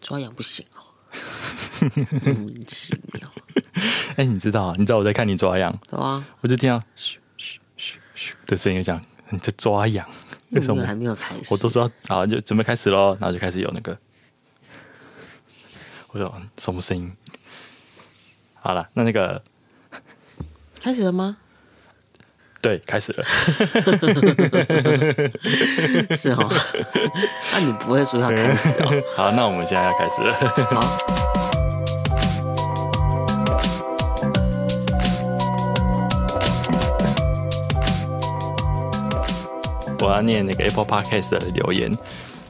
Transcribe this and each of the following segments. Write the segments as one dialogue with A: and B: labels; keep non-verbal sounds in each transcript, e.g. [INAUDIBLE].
A: 抓痒不行
B: [LAUGHS]
A: 哦，莫名其妙，
B: [LAUGHS] 哎、你知道啊？你知道我在看你抓痒，
A: 对啊，
B: 我就听到嘘嘘嘘嘘的声音，我讲你在抓痒，为什
A: 那
B: 么
A: 个？还没有开始，
B: 我都说好，就准备开始喽，然后就开始有那个，我说嗯什么声音？好了，那那个
A: 开始了
B: [LAUGHS]
A: 吗？
B: 对，
A: [LAUGHS]
B: 开始了。
A: 是哦，那你不会说要开始
B: [LAUGHS]
A: 哦？
B: 好，那我们现在要开始了。 [LAUGHS]
A: 好，
B: 我要念那个 Apple Podcast 的留言，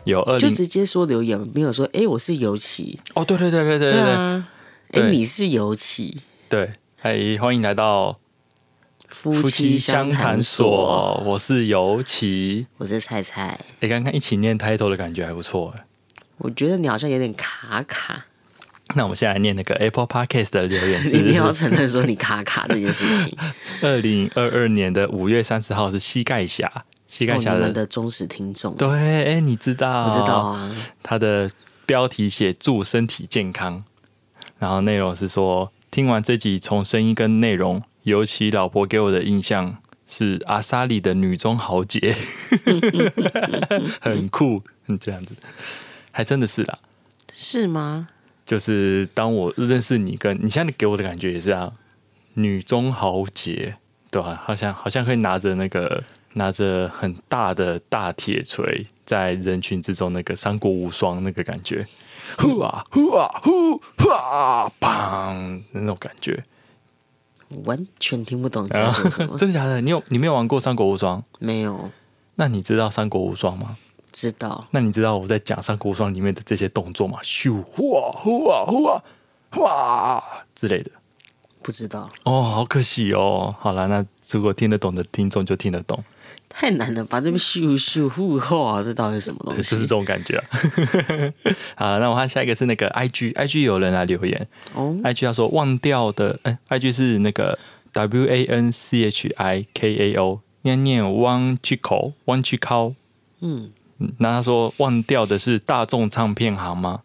B: 有二
A: 就
B: 零
A: 直接说留言，没有说哎、我是尤其，
B: 哦，对对对对对
A: 对
B: 对
A: 啊，哎、
B: 对
A: 你是尤其，
B: 对，哎，欢迎来到
A: 夫妻相谈所，，
B: 我是尤其。
A: 我是菜菜，
B: 哎，刚刚一起念 title 的感觉还不错哎。
A: 我觉得你好像有点卡卡，
B: 那我们现在念那个 Apple Podcast 的留言
A: 你没有
B: [LAUGHS] 是
A: 承认说你卡卡这件事
B: [LAUGHS]
A: 情，
B: 二零二二年的五月三十号是膝盖侠，膝盖
A: 哦，
B: 侠
A: 你们
B: 的
A: 的忠实听众，
B: 对，哎，你知道？
A: 我知道啊，
B: 它的标题写“祝身体健康”，然后内容是说，听完这集从声音跟内容，尤其老婆给我的印象是阿莎里的女中
A: [LAUGHS]
B: 豪杰，很酷，嗯，这样子，还真的是啦。
A: 是吗？
B: 就是当我认识你跟你现在给我的感觉也是啊，女中豪杰，对吧、好像好像会拿着那个拿着很大的大铁锤，在人群之中那个三国无双那个感觉，呼啊呼啊呼呼啊，砰那种感觉。
A: 我完全听不懂你在说什么，
B: [LAUGHS] 真的假的？你有你没有玩过三国无双？
A: 没有
B: 那你知道三国无双吗？
A: 知道，
B: 那你知道我在讲《三国无双》里面的这些动作吗？咻，啊哇，哇，哇，哇啊之类的。
A: 不知道，
B: 哦，好可惜哦。好啦，那如果听得懂的听众就听得懂，
A: 太难了吧？这边咻咻呼吼啊， [LAUGHS] 这到底是什么东
B: 就
A: 西
B: 是这？种感觉、啊。 [LAUGHS] 好啦，那我看下一个是那个 IG，IG 有人来留言
A: 哦，
B: ，IG 要说忘掉的，哎、i g 是那个 W A N C H I K A O，应该念 One Chico One Chico。
A: 嗯，
B: 嗯那他说忘掉的是大众唱片行吗？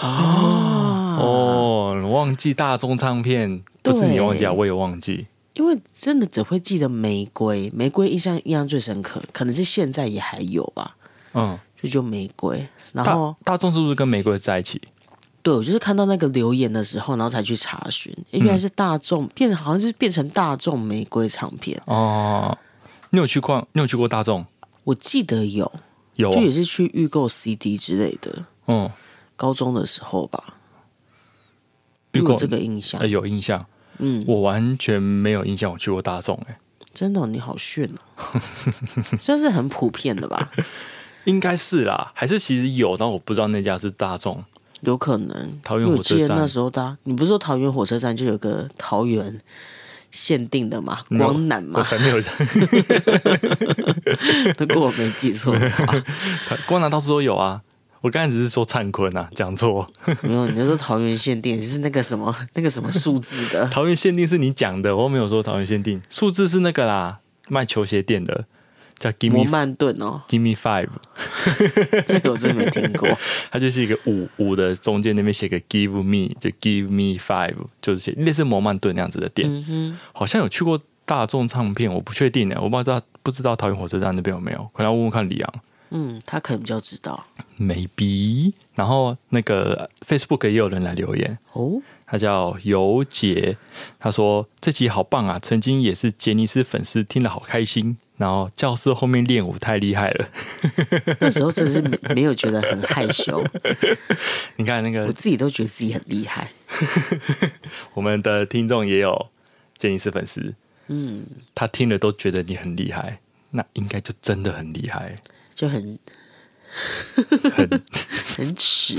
A: 哦，
B: 哦，忘记大众唱片，不是你
A: 对
B: 忘记啊，我也忘记。
A: 因为真的只会记得玫瑰，玫瑰印象印象最深刻，可能是现在也还有吧，
B: 嗯，
A: 就就玫瑰。然后
B: 大，大众是不是跟玫瑰在一起？
A: 对我就是看到那个留言的时候，然后才去查询，诶原来是大众变，好像是变成大众玫瑰唱片，
B: 哦，你有去逛？你有去过大众？
A: 我记得有，
B: 有
A: 就
B: 哦、
A: 也是去预购 CD 之类的，
B: 嗯，
A: 高中的时候吧，
B: 预
A: 有
B: 购
A: 这个印象
B: 呃，，有印象。
A: 嗯，
B: 我完全没有印象，我去过大众、哎，
A: 真的哦、你好炫哦， [LAUGHS] 算是很普遍的
B: [LAUGHS]
A: 吧，
B: 应该是啦，还是其实有，但我不知道那家是大众。
A: 有可能。
B: 桃园火车站
A: 因为我记得那时候大家，你不是说桃园火车站就有个桃园限定的嘛，
B: 没有
A: 光南嘛
B: [LAUGHS] 我，才没有，
A: 如果我没记错的话，
B: 光南到处都有啊。我刚才只是说灿坤啊，讲错。
A: 没有，你就说桃园限定就是那个什么那个什么数字
B: [LAUGHS]
A: 的，
B: 桃园限定是你讲的，我没有说桃园限定。数字是那个啦，卖球鞋店的，叫
A: 摩
B: Gimme
A: 曼顿哦，
B: Gimme Five，
A: 这个我真的没听过。
B: [LAUGHS] 它就是一个五五的中间那边写个 Give Me，就 Give Me Five，就是写类似摩曼顿那样子的店。
A: 嗯哼，
B: 好像有去过大众唱片，我不确定呢，欸我不知道不知道桃园火车站那边有没有，可能要问问看李昂
A: 嗯，他可能比较知道
B: ，maybe。然后那个 Facebook 也有人来留言，
A: 哦。
B: 他叫尤杰，他说这集好棒啊，曾经也是杰尼斯粉丝，听了好开心。然后教室后面练舞太厉害了， [LAUGHS]
A: 那时候真的是没没有觉得很害羞，
B: 你看那
A: 我
B: 个
A: 自己都觉得自己很厉害。
B: 我们的听众也有杰尼斯粉丝，
A: 嗯，
B: 他听了都觉得你很厉害，那应该就真的很厉害，
A: 就很
B: 很
A: 很耻。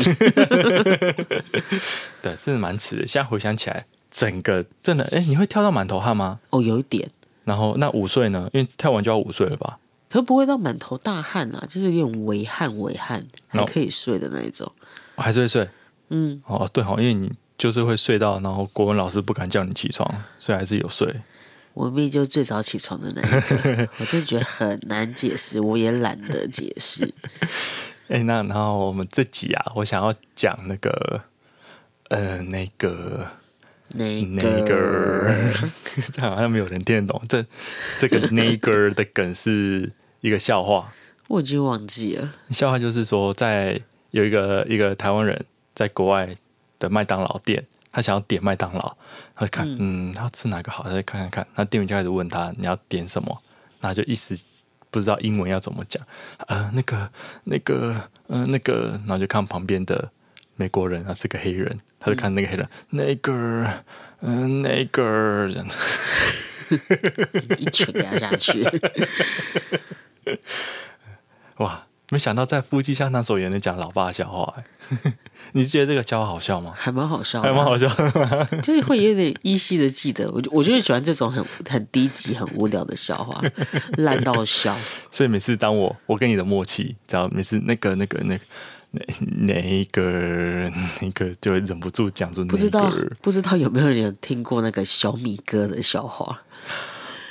B: 对，真的蛮迟的。现在回想起来，整个真的，哎、你会跳到满头汗吗？
A: 哦，有一点，
B: 然后那午睡呢？因为跳完就要午睡了吧？
A: 可不会到满头大汗啊，就是有点微汗、微汗，还可以睡的那一种。
B: 哦还是会睡？
A: 嗯，
B: 哦，对哦，因为你就是会睡到，然后国文老师不敢叫你起床，所以还是有睡。
A: 我妹就最早起
B: [LAUGHS] [LAUGHS]
A: 床的那一个，我真的觉得很难解释，我也懒得解释。
B: 哎、那然后我们这集啊，我想要讲那个，呃，那个
A: 那
B: 那
A: 个
B: 个， [LAUGHS] 这样好像没有人听得懂。这这个那个的梗是一个笑话，
A: 我已经忘记了。
B: 笑话就是说，在有一个一个台湾人在国外的麦当劳店，他想要点麦当劳，他就看，嗯，他要吃哪个好，他就看看看。那店员就开始问他你要点什么，那他就一时不知道英文要怎么讲，呃，那个那个呃那个，然后就看旁边的美国人，他是个黑人，他就看那个黑人，那个嗯、呃、那个 [LAUGHS] 这样子
A: 一拳给他下
B: [LAUGHS]
A: 去，
B: 哇，没想到在夫妻相谈所也能讲老爸的笑话、欸， [LAUGHS] 你觉得这个笑话好笑吗？
A: 还蛮好笑
B: 还
A: 的，
B: 蛮好笑的吗？
A: 就是会有点依稀的记得。我就我就是喜欢这种很很低级、很无聊的笑
B: [LAUGHS]
A: 话，烂到笑。
B: 所以每次当我我跟你的默契，只要每次那个那个那个那那个那个，就会忍不住讲出那个。
A: 不知道不知道有没有人有听过那个小米哥的笑话？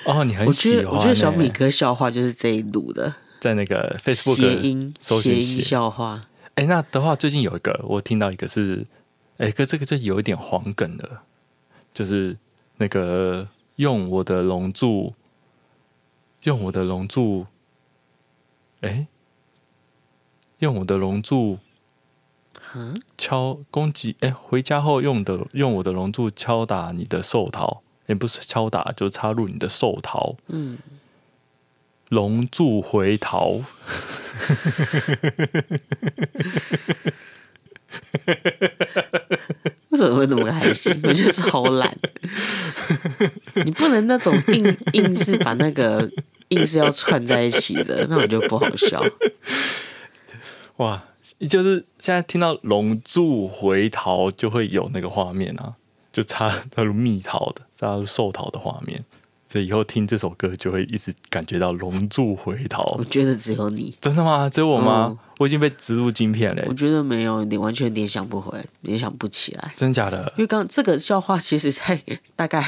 B: 哦，你很
A: 我
B: 喜
A: 觉
B: 欢欸、
A: 得我觉得小米哥笑话就是这一路的
B: 在那个 Facebook
A: 谐音
B: 搜
A: 谐音
B: 寻写。
A: 笑话。
B: 哎、那的话最近有一个我听到一个是，哎、哥这个就有一点黄梗了，就是那个用我的龙柱，用我的龙柱，哎、用我的龙柱。
A: 嗯，
B: 敲攻击，哎、回家后用的用我的龙柱敲打你的寿桃，也、不是敲打，就插入你的寿桃，
A: 嗯，
B: 龙柱回桃。
A: 为什么会那么开
B: [LAUGHS]
A: 心？我就是好懒。你不能那种
B: [LAUGHS]
A: 硬硬是把那个硬是要串在一起的，那我就不好笑。
B: 哇，就是现在听到龙柱回桃，就会有那个画面啊，就插插入蜜桃的，插入寿桃的画面。所以以后听这首歌就会一直感觉到龙柱回桃
A: 我。觉得只有你，
B: 真的吗？只有我吗？
A: 嗯
B: 我已经被植入晶片嘞、
A: 我觉得没有，你完全联想不回，联想不起来。
B: 真假的？
A: 因为刚这个笑话，其实在大概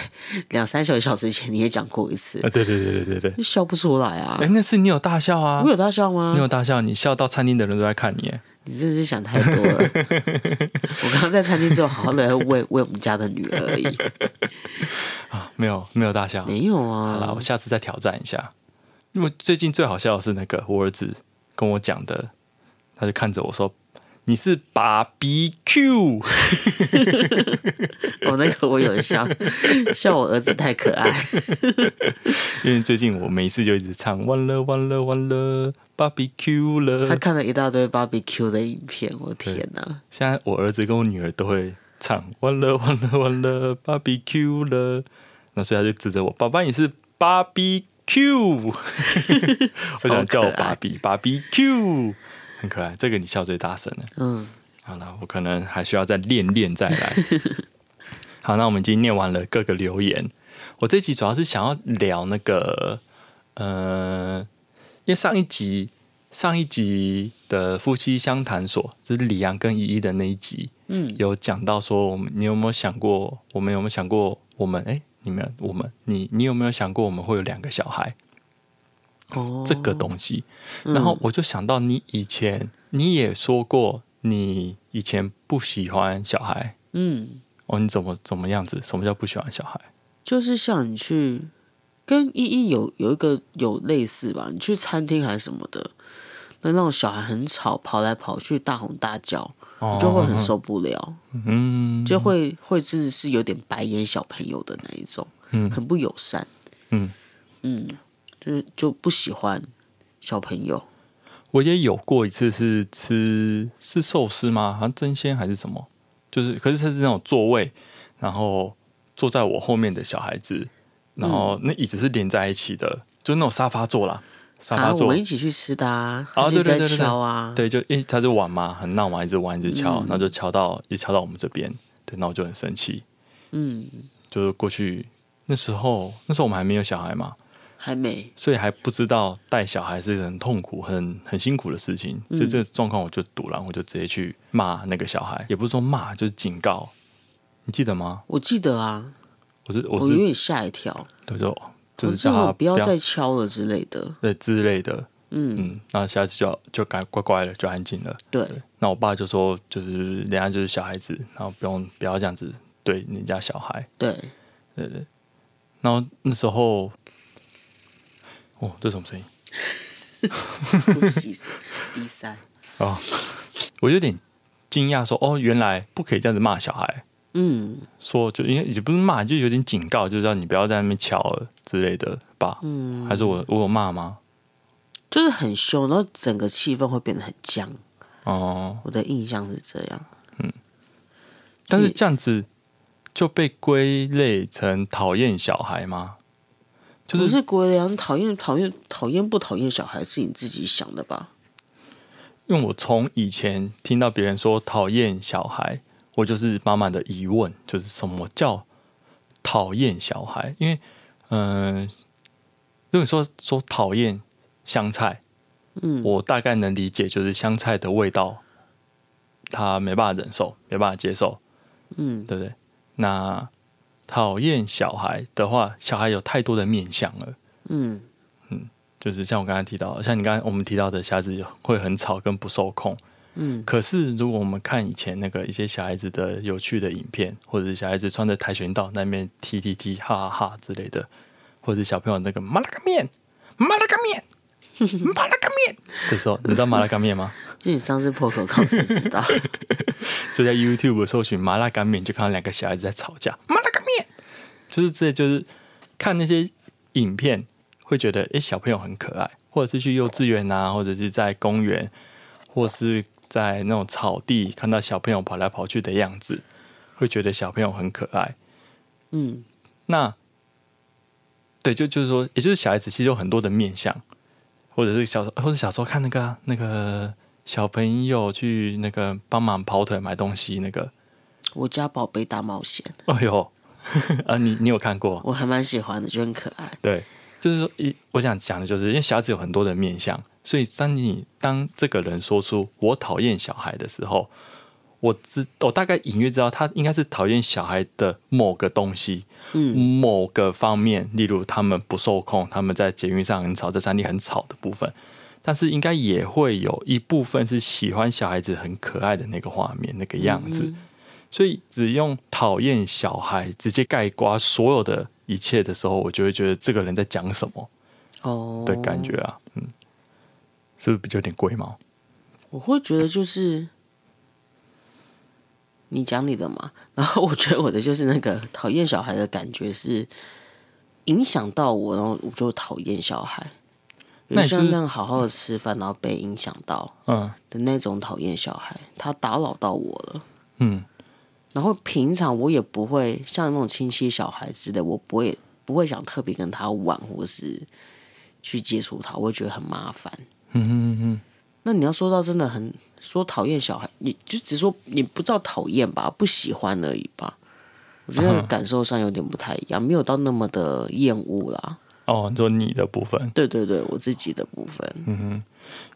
A: 两三小时小时前你也讲过一次
B: 啊，，对对对对对对。
A: 就笑不出来啊
B: 哎、。那是你有大笑啊
A: 我！有大笑吗
B: 你？有大笑，你笑到餐厅的人都在看你耶。
A: 你真的是想太多
B: [LAUGHS]
A: 了。我刚刚在餐厅只有好好的喂喂我们家的女儿而已，
B: 没有，没有大笑。
A: 没有
B: 好啦，我
A: 啊。
B: 下次再挑战一下。因为最近最好笑的是那个我儿子跟我讲的，他就看着我说：“你是芭比 Q。 [LAUGHS]
A: 我、哦那个我有
B: [LAUGHS]
A: 笑，笑我儿子太可爱。”
B: 因为最近我每一次就一直唱“完了完了完了，芭比 Q
A: 他
B: 了
A: 看了一大堆 BBQ 的影片，我天哪、”。
B: 现在我儿子跟我女儿都会唱“完了完了完了，芭比 Q 了”。那所以他就指着我：“爸爸，你是芭比 Q。” [LAUGHS] 我想叫我芭比芭比 Q，很可爱。这个你笑最大声了。
A: 嗯，
B: 好了，我可能还需要再练练再来。好，那我们已经念完了各个留言。我这集主要是想要聊那个，呃，因为上一集上一集的夫妻相谈所，就是李阳跟依依的那一集，
A: 嗯，
B: 有讲到说，我们你有没有想过，我们有没有想过，我们哎、你们我们你你有没有想过，我们会有两个小孩？
A: 哦，嗯
B: 这个东西。然后我就想到你以前你也说过，你以前不喜欢小孩
A: 嗯，
B: 哦，你怎么怎么样子？什么叫不喜欢小孩？
A: 就是像你去跟依依有有一个有类似吧，你去餐厅还是什么的，那那种小孩很吵，跑来跑去，大吼大叫，
B: 哦
A: 你就会很受不了，
B: 嗯
A: 就会会真的是有点白眼小朋友的那一种，
B: 嗯
A: 很不友善，
B: 嗯，
A: 就是就不喜欢小朋友。
B: 我也有过一次是吃是寿司吗？好像真鲜还是什么？就是可是它是那种座位，然后坐在我后面的小孩子，然
A: 嗯
B: 后那椅子是连在一起的，就那种沙发座啦，沙
A: 啊，
B: 发
A: 我
B: 座。
A: 们一起去吃的啊，
B: 哦
A: 他就一直
B: 对对
A: 在
B: 对对对
A: 敲啊，
B: 对，就因为他就玩嘛，很闹嘛，一直玩一直敲，然后就敲到也敲到我们这边，对，那我就很生气，
A: 嗯，
B: 就是过去那时候，那时候我们还没有小孩嘛，
A: 还没，
B: 所以还不知道带小孩是很痛苦、很很辛苦的事情，所
A: 嗯
B: 以这个状况我就堵然后我就直接去骂那个小孩，也不是说骂，就是警告，你记得吗？
A: 我记得啊，
B: 我是
A: 我
B: 我
A: 有
B: 是
A: 点吓一跳，
B: 对就就
A: 我
B: 是
A: 说
B: 叫他
A: 我不要再敲了之类的。
B: 对之类的，
A: 嗯，
B: 嗯，那下次就就该乖乖了，就安静了。
A: 对，
B: 那我爸就说，就是人家就是小孩子，然后不用不要这样子对人家小孩。 [LAUGHS]
A: 对，
B: 对对。然后那时候，哦，这什么声音？
A: 呼吸声鼻塞，
B: 哦， [LAUGHS] 我有点惊讶，说哦，原来不可以这样子骂小孩，
A: 嗯
B: 说就因为也不是骂，就有点警告，就是让你不要在那边敲了之类的吧？
A: 嗯，
B: 还是我我有骂吗？
A: 就是很凶，然后整个气氛会变得很僵。
B: 哦，
A: 我的印象是这样，
B: 但是这样子就被归类成讨厌小孩吗？就
A: 不
B: 是
A: 是国良讨厌讨厌讨厌不讨厌小孩是你自己想的吧？
B: 因为我从以前听到别人说讨厌小孩，我就是满满的疑问，就是什么叫讨厌小孩？因为，嗯、如果说说讨厌香菜，
A: 嗯，
B: 我大概能理解，就是香菜的味道，他没办法忍受，没办法接受，
A: 嗯，
B: 对不对？那讨厌小孩的话，小孩有太多的面相了。
A: 嗯
B: 就是像我刚才提到，像你刚才我们提到的，小孩子会很吵跟不受控。
A: 嗯
B: 可是如果我们看以前那个一些小孩子的有趣的影片，或者是小孩子穿着跆拳道那边踢踢踢、哈哈哈之类的，或者是小朋友那个麻辣个面、麻辣个面、麻辣个面的时候，你知道麻辣个面吗？
A: 就你上次破口告才知
B: [LAUGHS]
A: 道，
B: 就在 YouTube 搜寻麻辣干面，就看到两个小孩子在吵架。麻辣干面就是这，就是看那些影片会觉得，诶，小朋友很可爱，或者是去幼稚园啊，或者是在公园，或是在那种草地看到小朋友跑来跑去的样子，会觉得小朋友很可爱。
A: 嗯
B: 那对，就就是说，也就是小孩子其实有很多的面相，或者是小时候，或者小时候看那个啊、那个小朋友去那个帮忙跑腿买东西那个，
A: 我家宝贝大冒险，
B: [LAUGHS] 哎呦，啊，你你有看过？
A: 我还蛮喜欢的，就很可爱。
B: 对，就是说，一我想讲的就是，因为小孩子有很多的面相，所以当你当这个人说出“我讨厌小孩”的时候，我知我大概隐约知道他应该是讨厌小孩的某个东西，
A: 嗯
B: 某个方面，例如他们不受控，他们在捷运上很吵，在山里很吵的部分。但是应该也会有一部分是喜欢小孩子很可爱的那个画面、那个样子，所以只用讨厌小孩直接盖刮所有的一切的时候，我就会觉得这个人在讲什么
A: 哦
B: 的感觉，啊，嗯，是不是有点龟毛？
A: 我会觉得就是你讲你的嘛，然后我觉得我的就是那个讨厌小孩的感觉是影响到我，然后我就讨厌小孩。
B: 那你就是
A: 像那样好好的吃饭，然后被影响到
B: 嗯
A: 的那种讨厌小孩，他打扰到我了。
B: 嗯，
A: 然后平常我也不会像那种亲戚小孩之类，我不会不会想特别跟他玩或是去接触他，我会觉得很麻烦。嗯嗯嗯。那你要说到真的很说讨厌小孩，你就只说你不知道讨厌吧，不喜欢而已吧。我觉得感受上有点不太一样，没有到那么的厌恶啦。
B: 哦，你说你的部分，
A: 对对对，我自己的部分，嗯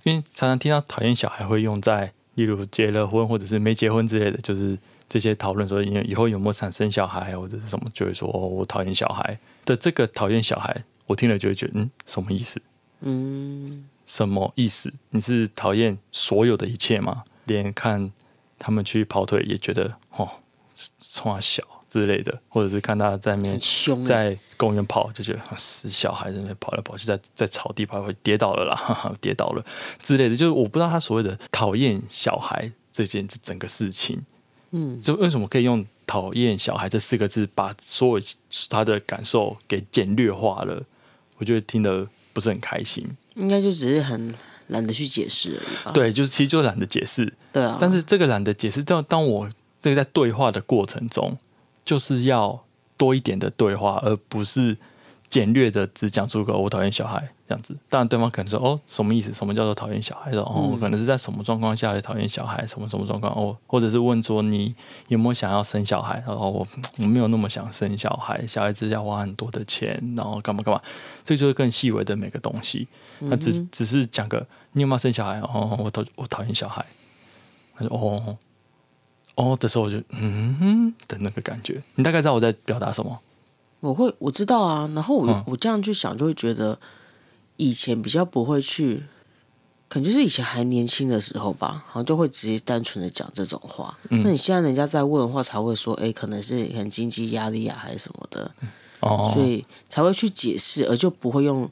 B: 因为常常听到讨厌小孩会用在，例如结了婚或者是没结婚之类的，就是这些讨论说以以后有没有想生小孩或者是什么，就会说、哦、我讨厌小孩的这个讨厌小孩，我听了就会觉得嗯，什么意思？
A: 嗯，
B: 什么意思？你是讨厌所有的一切吗？连看他们去跑腿也觉得哦，冲啊小之类的，或者是看他在那边
A: 很凶、欸，
B: 在公园跑，就觉得啊死小孩在那边跑来跑去，在在草地跑来跑去，跌倒了啦， [LAUGHS] 哈哈，跌倒了之类的。就是我不知道他所谓的讨厌小孩这件这整个事情，
A: 嗯
B: 就为什么可以用讨厌小孩这四个字把所有他的感受给简略化了？我觉得听得不是很开心。
A: 应该就只是很懒得去解释而已吧。
B: 对，就是其实就懒得解释，
A: 对啊，
B: 但是这个懒得解释，当当我这个在对话的过程中，就是要多一点的对话，而不是简略的只讲出个“我讨厌小孩”这样子。当然，对方可能说：“哦，什么意思？什么叫做讨厌小孩？”然后、哦、我可能是在什么状况下讨厌小孩，什么什么状况哦，或者是问说你有没有想要生小孩？然后我我没有那么想生小孩，小孩子要花很多的钱，然后干嘛干嘛，这就是更细微的每个东西。那只只是讲个你有没有生小孩？哦，我讨我讨厌小孩。他说哦哦的时候，我就嗯哼的那个感觉，你大概知道我在表达什么。
A: 我会我知道啊，然后我、
B: 嗯
A: 我这样去想，就会觉得以前比较不会去可能就是以前还年轻的时候吧，好像就会直接单纯的讲这种话。
B: 嗯
A: 那你现在人家在问的话，才会说，哎、可能是很经济压力啊，还是什么的，
B: 哦
A: 所以才会去解释，而就不会用。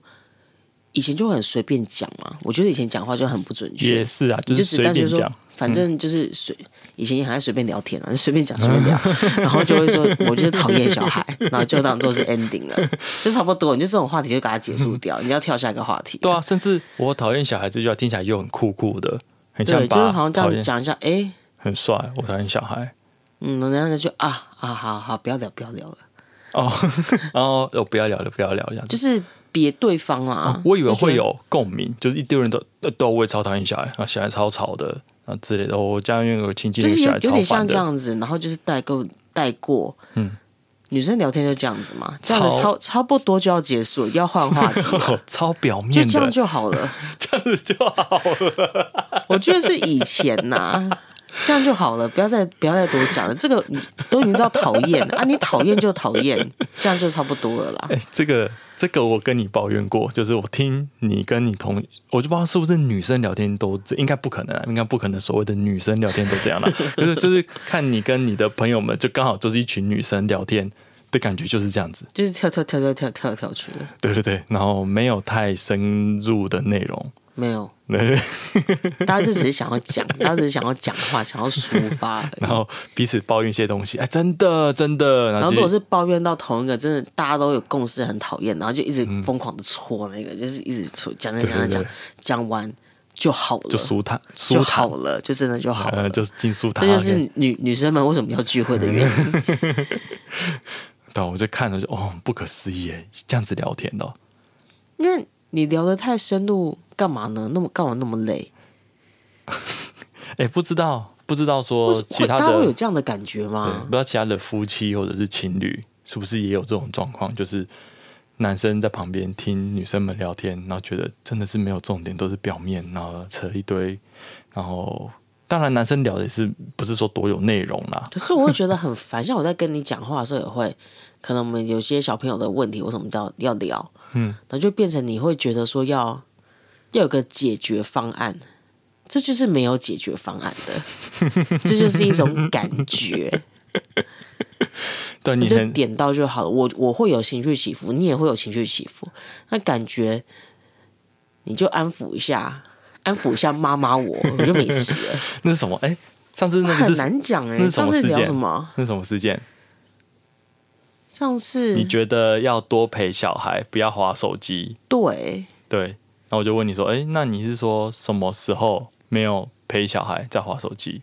A: 以前就很随便讲嘛，我觉得以前讲话就很不准确
B: 也，是啊，
A: 你
B: 是
A: 只
B: 随
A: 单纯
B: 便
A: 说
B: 讲，，
A: 反正就是随以前也很爱随便聊天啊，就 [LAUGHS] 随便讲随便
B: [LAUGHS]
A: 聊，然后就会说我就是讨厌小孩，然后就当做是 ending 了，就差不多，你就这种话题就给它结束掉，你要跳下一个话题。
B: 嗯对啊，甚至我讨厌小孩这句话听起来又很酷酷的，很像
A: 对，就
B: 把
A: 是好像这
B: 讨
A: 样
B: 厌
A: 讲一下，哎，
B: 很帅，我讨厌小孩
A: 嗯，然后就啊啊，好好，不要聊，不要聊了，
B: 哦，然后哦不要聊了，不要聊了，这样子
A: 就是别对方啊啦。
B: 啊我以为会
A: 就觉得，
B: 有共鸣，就是一堆人都呃对，我也超讨厌小孩啊，小孩超吵的啊之类的。哦我家里面有个亲戚，
A: 就是
B: 小
A: 有
B: 孩
A: 有
B: 超
A: 点像
B: 烦
A: 这
B: 的，
A: 样子，然后就是带过带过，嗯，女生聊天就这样子嘛，这样子
B: 超
A: 超差不多就要结束，要换话
B: [LAUGHS]
A: 题了
B: [LAUGHS] 超表
A: 就
B: 面
A: 这样
B: 的，
A: 就好了。
B: 这样子就好了。
A: 我觉得是以前呐、这样就好了，不要再不要再多讲了。这个你都已经知道讨厌了啊，你讨厌就讨厌，这样就差不多了啦。
B: [LAUGHS] 哎、这个这个我跟你抱怨过，就是我听你跟你同，我就不知道是不是女生聊天都这，应该不可能、啊，应该不可能所谓的女生聊天都这样了、可是就是看你跟你的朋友们，就刚好就是一群女生聊天的感觉就是这样子。
A: 就是跳跳跳跳跳跳跳去了，
B: 对对对，然后没有太深入的内容。
A: 没有，
B: 对对 [LAUGHS] 对
A: 大家就只是想要讲，大家只是想要讲话，想要抒发而已。
B: 然后彼此抱怨一些东西，哎，真的真的，然
A: 然
B: 后
A: 后
B: 继
A: 如
B: 续
A: 果是抱怨到同一个，真的大家都有共识，很讨厌，然后就一直疯狂的戳那个，就是一直戳，讲讲
B: 嗯对
A: 讲
B: 对
A: 讲
B: 对
A: 讲，讲完就好了，
B: 就舒坦舒
A: 就
B: 坦
A: 好，了，就真的就好了
B: 呃，。就是进舒坦
A: 这
B: 啊。
A: 就是女女生们为什么要聚会的原因。
B: 对，我就看了就哦，不可思议耶，这样子聊天的哦、
A: 因为你聊得太深入，干嘛呢？那么干嘛那么累？
B: 哎，不知道不知道
A: 或
B: 说
A: 是
B: 哦其
A: 会
B: 他
A: 大家会有
B: 的，
A: 这样啊的感觉
B: 对
A: 吗
B: 不？知道其他的夫妻或者是情侣是不是也有这种状况，就是男生在旁边听女生们聊天，然后觉得真的是没有重点，都是表面，然后扯一堆，然后当然男生聊的也是不是说多有内容啦，
A: 可是我会觉得很烦，像我在跟你讲话的时候也会，可能我们有些小朋友的问题，为什么叫要聊？嗯，然后就变成你会觉得说要要有个解决方案，这就是没有解决方案的，这就是一种感觉，
B: 对你
A: 你就
B: 很
A: 点到就好了。我我会有情绪起伏，你也会有情绪起伏，那感觉你就安抚一下，安抚一下妈妈我，我就没事了。
B: 那是什么？哎，上次 [LAUGHS] 那个
A: 很
B: 是
A: 难嗯讲哎、
B: 那是什
A: 上
B: 么
A: 次
B: 事
A: 聊
B: 件
A: 什么？
B: 那是什么事件？
A: 上次
B: 你觉得要多陪小孩，不要划手机。
A: 对，
B: 对，然后我就问你说，哎、那你是说什么时候没有陪小孩在划手机？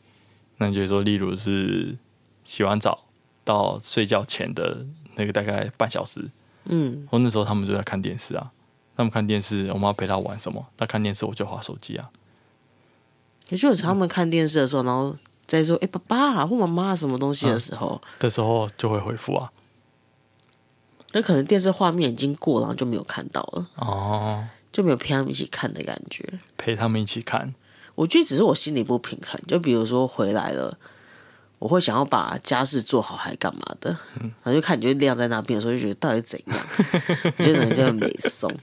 B: 那你就说，例如是洗完澡到睡觉前的那个大概半小时，
A: 嗯，
B: 我那时候他们就在看电视啊，他们看电视，我们要陪他玩什么？他看电视我就划手机啊。
A: 也就有时候他们看电视的时候，然后在说“哎、爸爸或妈妈什么东
B: 嗯
A: 西”的时候，
B: 这时候就会回复啊，
A: 那、可能电视画面已经过了，然后就没有看到了，
B: 哦，
A: 就没有陪他们一起看的感觉。
B: 陪他们一起看，
A: 我觉得只是我心里不平衡，就比如说回来了。我会想要把家事做好，还干嘛的？然后就看你就晾在那边的时候，就觉得到底怎
B: [LAUGHS]
A: 样？我觉得整个就很美送。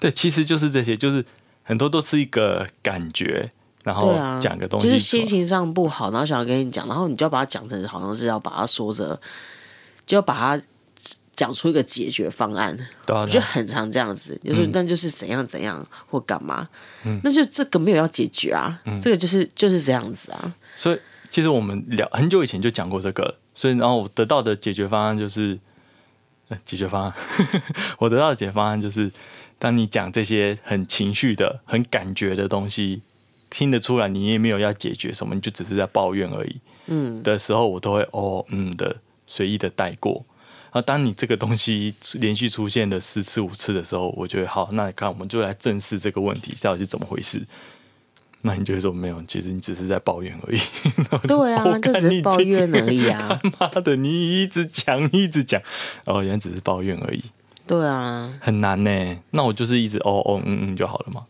B: 对，其实就是这些，就是很多都是一个感觉，然后
A: 对啊，
B: 哦讲个东西
A: 就
B: 出来，
A: 是心情上不好，然后想要跟你讲，然后你就要把它讲成好像是要把它说着，就要把它讲出一个解决方案。
B: 对啊
A: 我觉
B: 对
A: 得
B: 啊
A: 很常这样子，
B: 嗯
A: 就是那就是怎样怎样或干嘛，那就这个没有要解决啊，
B: 嗯
A: 这个就是就是这样子啊。
B: 所以其实我们聊很久以前就讲过这个，所以然后我得到的解决方案就是，呃解决方案， [LAUGHS] 我得到的解决方案就是，当你讲这些很情绪的、很感觉的东西，听得出来你也没有要解决什么，你就只是在抱怨而已。嗯，的时候我都会哦嗯的随意的带过。啊，当你这个东西连续出现了十次五次的时候，我觉得好，那你看我们就来正视这个问题到底是怎么回事。那你就会说没有，其实你只是在抱怨而已。
A: 对啊，
B: [LAUGHS] 我
A: 就
B: 看
A: 只
B: 你
A: 是抱
B: 这
A: 怨而已啊。
B: [LAUGHS] 妈的，你一直讲一直讲，哦，原来只是抱怨而已，
A: 对
B: [LAUGHS]
A: 啊，
B: 很难呢。那我就是一直哦哦嗯嗯就好了嘛。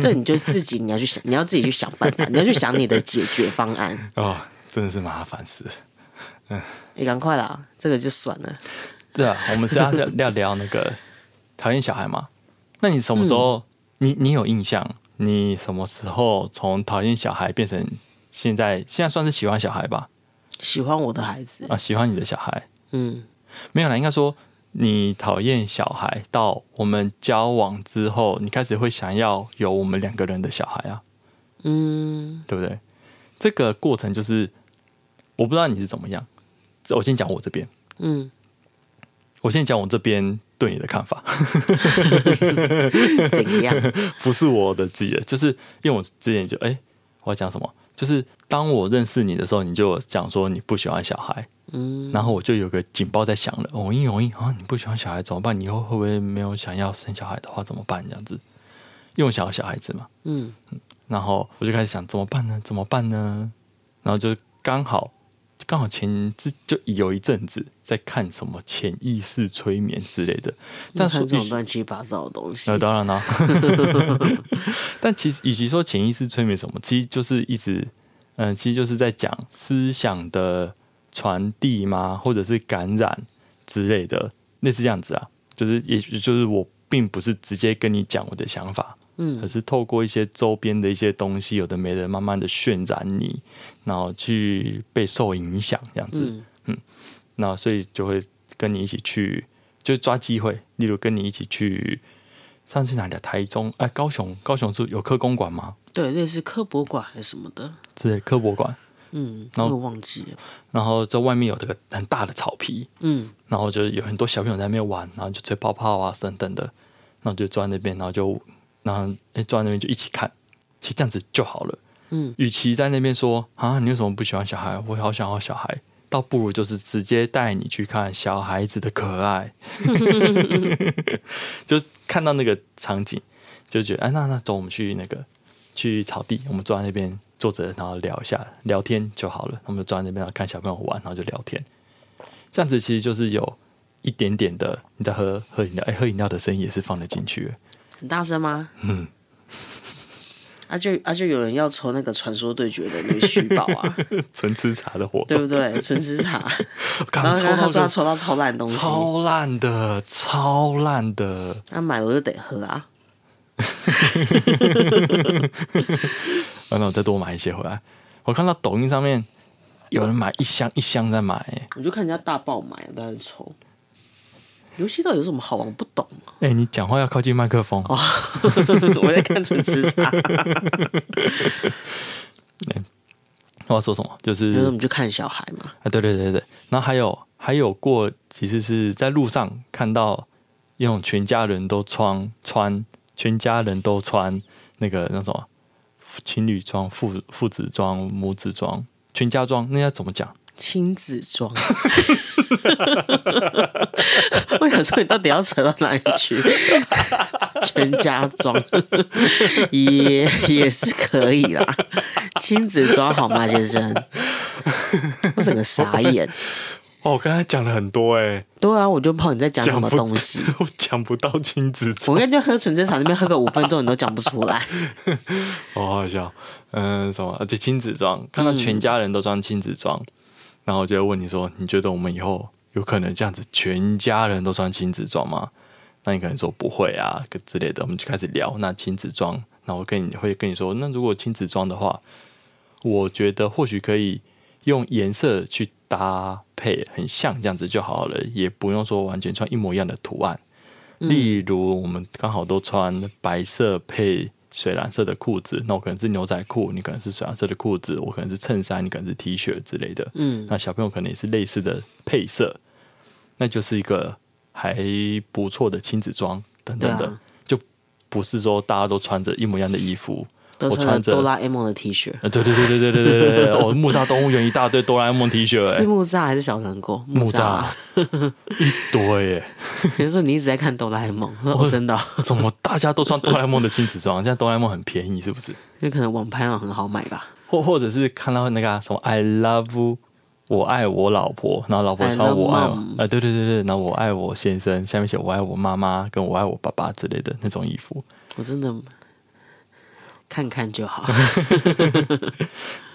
A: 这你就自己你要去想，你要自己去想办法， [LAUGHS] 你要去想你的解决方案。
B: 哦，真的是麻烦死了。
A: 你赶快啦，这个就算了。
B: 对啊，我们是要要聊那个讨厌小孩嘛？那你什么时候？你你有印象，你什么时候从讨厌小孩变成现在现在算是喜欢小孩吧？
A: 喜欢我的孩子，
B: 啊，喜欢你的小孩
A: 嗯，
B: 没有啦，应该说你讨厌小孩到我们交往之后，你开始会想要有我们两个人的小孩啊，嗯，对不对？这个过程就是我不知道你是怎么样，我先讲我这边，
A: 嗯，
B: 我先讲我这边对你的看法。
A: 怎样？
B: [LAUGHS] 不是我的自己的，就是因为我之前就哎、我要讲什么？就是当我认识你的时候，你就有讲说你不喜欢小孩，嗯，然后我就有个警报在响了，哦，因哦因啊，你不喜欢小孩怎么办？你以后会不会没有想要生小孩的话怎么办？这样子，因为我想要小孩子嘛，
A: 嗯，
B: 然后我就开始想怎么办呢？怎么办呢？然后就刚好刚好前之就有一阵子在看什么潜意识催眠之类的，但是
A: 看这种乱七八糟的东西
B: 那，当然啦、
A: [LAUGHS]
B: [LAUGHS] 但其实，与其说潜意识催眠什么，其实就是一直，嗯，其实就是在讲思想的传递吗，或者是感染之类的，类似这样子啊。就是，也许就是我并不是直接跟你讲我的想法，
A: 嗯
B: 可是透过一些周边的一些东西，有的没的，慢慢的渲染你，然后去被受影响这样子。
A: 嗯
B: 那所以就会跟你一起去，就抓机会，例如跟你一起去，上次哪里啊？台中哎，高雄，高雄是有科公馆吗？
A: 对，类似科博馆还是什么的，
B: 之类科博馆，
A: 嗯，
B: 然后
A: 又忘记了，
B: 然后这外面有这个很大的草皮，
A: 嗯，
B: 然后就有很多小朋友在那边玩，然后就吹泡泡啊等等的，然后就坐在那边，然后就然后哎坐在那边就一起看，其实这样子就好了。
A: 嗯，
B: 与其在那边说啊你为什么不喜欢小孩，我好想要小孩，倒不如就是直接带你去看小孩子的可爱，就看到那个场景就觉得哎那那走我们去那个去草地，我们坐在那边坐着，然后聊一下聊天就好了，我们就坐在那边然后看小朋友玩，然后就聊天。这样子其实就是有一点点的你在喝喝饮料，哎、喝饮料的声音也是放得进去的。
A: 很大声吗？嗯。 [LAUGHS] 啊就啊就有人要抽那个传说对决的那个虚宝啊， [LAUGHS]
B: 纯吃茶的活
A: 对
B: 动，
A: 不对？纯吃茶，然
B: [LAUGHS] 刚
A: 后他他
B: 抽到
A: 说他
B: 个
A: 抽到超烂的东西，
B: 超烂的，超烂的。
A: 他买了我就得喝啊。
B: 啊，那我再多买一些回来。我看到抖音上面有人买一箱一箱在买、欸，
A: 我就看人家大爆买，我当然抽。游戏到底有什么好玩？我不懂
B: [LAUGHS]
A: 啊
B: 哎、你讲话要靠近麦克风。
A: 哦我在看纯吃茶，
B: 我要说什么？就是
A: 因为我们就看小孩嘛。
B: 啊，对对对对，然后还有还有过，其实是在路上看到那种全家人都穿穿，全家人都穿那个那什么情侣装、父父子装、母子装、全家装，那要怎么讲？
A: 亲子装。 [LAUGHS] 我想说，你到底要扯到哪里去？全家装也也是可以啦，亲子装好吗，先生？我整个傻眼。
B: 哦，我刚才讲了很多哎、
A: 对啊，我就不知道你在讲什么
B: 讲不
A: 东西。
B: [LAUGHS] 我讲不到亲子装，
A: 我跟你就喝纯真茶那边喝个五分钟，你都讲不出来。
B: 好好笑。嗯、什么？而且亲子装，看到全家人都穿亲子装，然后我就会问你说，你觉得我们以后有可能这样子全家人都穿亲子装吗？那你可能说不会啊，个之类的，我们就开始聊那亲子装。那我跟你会跟你说，那如果亲子装的话，我觉得或许可以用颜色去搭配，很像这样子就好了，也不用说完全穿一模一样的图案。
A: 嗯
B: 例如，我们刚好都穿白色配水蓝色的裤子，那我可能是牛仔裤，你可能是水蓝色的裤子，我可能是衬衫，你可能是 T 恤之类的。
A: 嗯
B: 那小朋友可能也是类似的配色，那就是一个还不错的亲子装等等
A: 对
B: 的，
A: 啊
B: 就不是说大家都穿着一模一样的衣服。
A: 都
B: 我
A: 穿
B: 穿
A: 着
B: 着
A: 哆啦 A 梦的 T 恤，
B: 呃，对对对对对对对对对，哦，木栅动物园一大堆哆啦 A 梦 T 恤、
A: 是
B: 欸，
A: 木栅还是小人国？
B: 木
A: 栅 [LAUGHS]
B: 栅
A: 啊。
B: 一堆、欸，
A: 比如说你一直在看哆啦 A 梦，我真的哦、
B: 怎么大家都穿哆啦 A 梦的亲子装？现在哆啦 A 梦很便宜，是不是？
A: 那可能网拍上很好买吧。
B: 或或者是看到那个、啊、什么 “I love”，you，我爱我老婆，然后老婆
A: I
B: 穿
A: love
B: 我爱
A: mom
B: 我，呃，对对对对，然后我爱我先生，下面写我爱我妈妈，跟我爱我爸爸之类的那种衣服。
A: 我真的看看就好。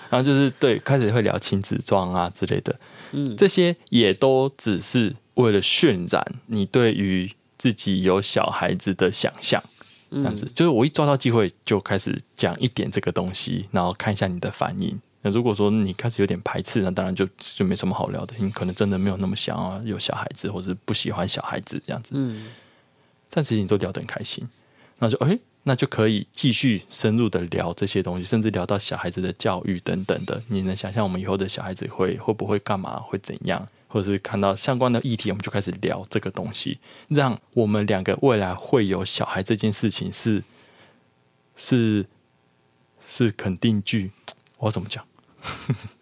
B: 然后就是对，开始会聊亲子装啊之类的，嗯，这些也都只是为了渲染你对于自己有小孩子的想象，
A: 嗯
B: 这样子，就是我一抓到机会就开始讲一点这个东西，然后看一下你的反应。那如果说你开始有点排斥，那当然就就没什么好聊的，你可能真的没有那么想要有小孩子，或者不喜欢小孩子这样子。
A: 嗯，
B: 但其实你都聊得很开心，那就哎、诶那就可以继续深入的聊这些东西，甚至聊到小孩子的教育等等的。你能想象我们以后的小孩子会会不会干嘛，会怎样，或者是看到相关的议题，我们就开始聊这个东西，让我们两个未来会有小孩这件事情是是是肯定句，我要怎么讲？